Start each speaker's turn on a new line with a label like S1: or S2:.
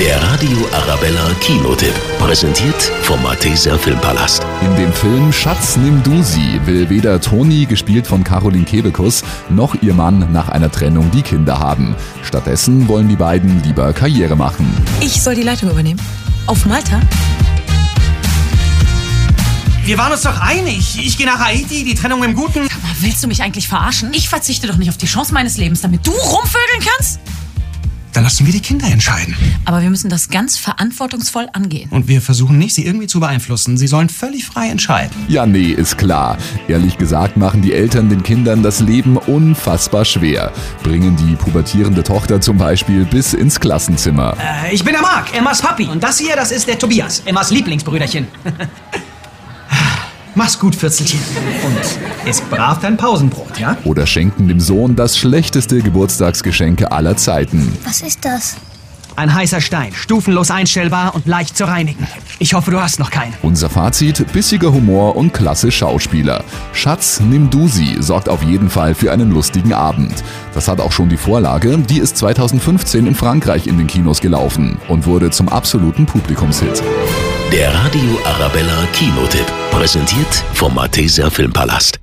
S1: Der Radio Arabella Kinotipp. Präsentiert vom Malteser Filmpalast.
S2: In dem Film Schatz, nimm du sie will weder Toni, gespielt von Caroline Kebekus, noch ihr Mann nach einer Trennung die Kinder haben. Stattdessen wollen die beiden lieber Karriere machen.
S3: Ich soll die Leitung übernehmen. Auf Malta?
S4: Wir waren uns doch einig. Ich gehe nach Haiti, die Trennung im Guten.
S3: Aber willst du mich eigentlich verarschen? Ich verzichte doch nicht auf die Chance meines Lebens, damit du rumvögeln kannst.
S4: Dann lassen wir die Kinder entscheiden.
S3: Aber wir müssen das ganz verantwortungsvoll angehen.
S4: Und wir versuchen nicht, sie irgendwie zu beeinflussen. Sie sollen völlig frei entscheiden.
S2: Ja, nee, ist klar. Ehrlich gesagt machen die Eltern den Kindern das Leben unfassbar schwer. Bringen die pubertierende Tochter zum Beispiel bis ins Klassenzimmer.
S4: Äh, ich bin der Marc, Emmas Papi. Und das hier, das ist der Tobias, Emmas Lieblingsbrüderchen. Mach's gut, Vierzelchen. Und isst brav dein Pausenbrot, ja?
S2: Oder schenken dem Sohn das schlechteste Geburtstagsgeschenke aller Zeiten.
S5: Was ist das?
S4: Ein heißer Stein, stufenlos einstellbar und leicht zu reinigen. Ich hoffe, du hast noch keinen.
S2: Unser Fazit, bissiger Humor und klasse Schauspieler. Schatz, nimm du sie, sorgt auf jeden Fall für einen lustigen Abend. Das hat auch schon die Vorlage, die ist 2015 in Frankreich in den Kinos gelaufen und wurde zum absoluten Publikumshit.
S1: Der Radio Arabella Kinotipp. Präsentiert vom Malteser Filmpalast.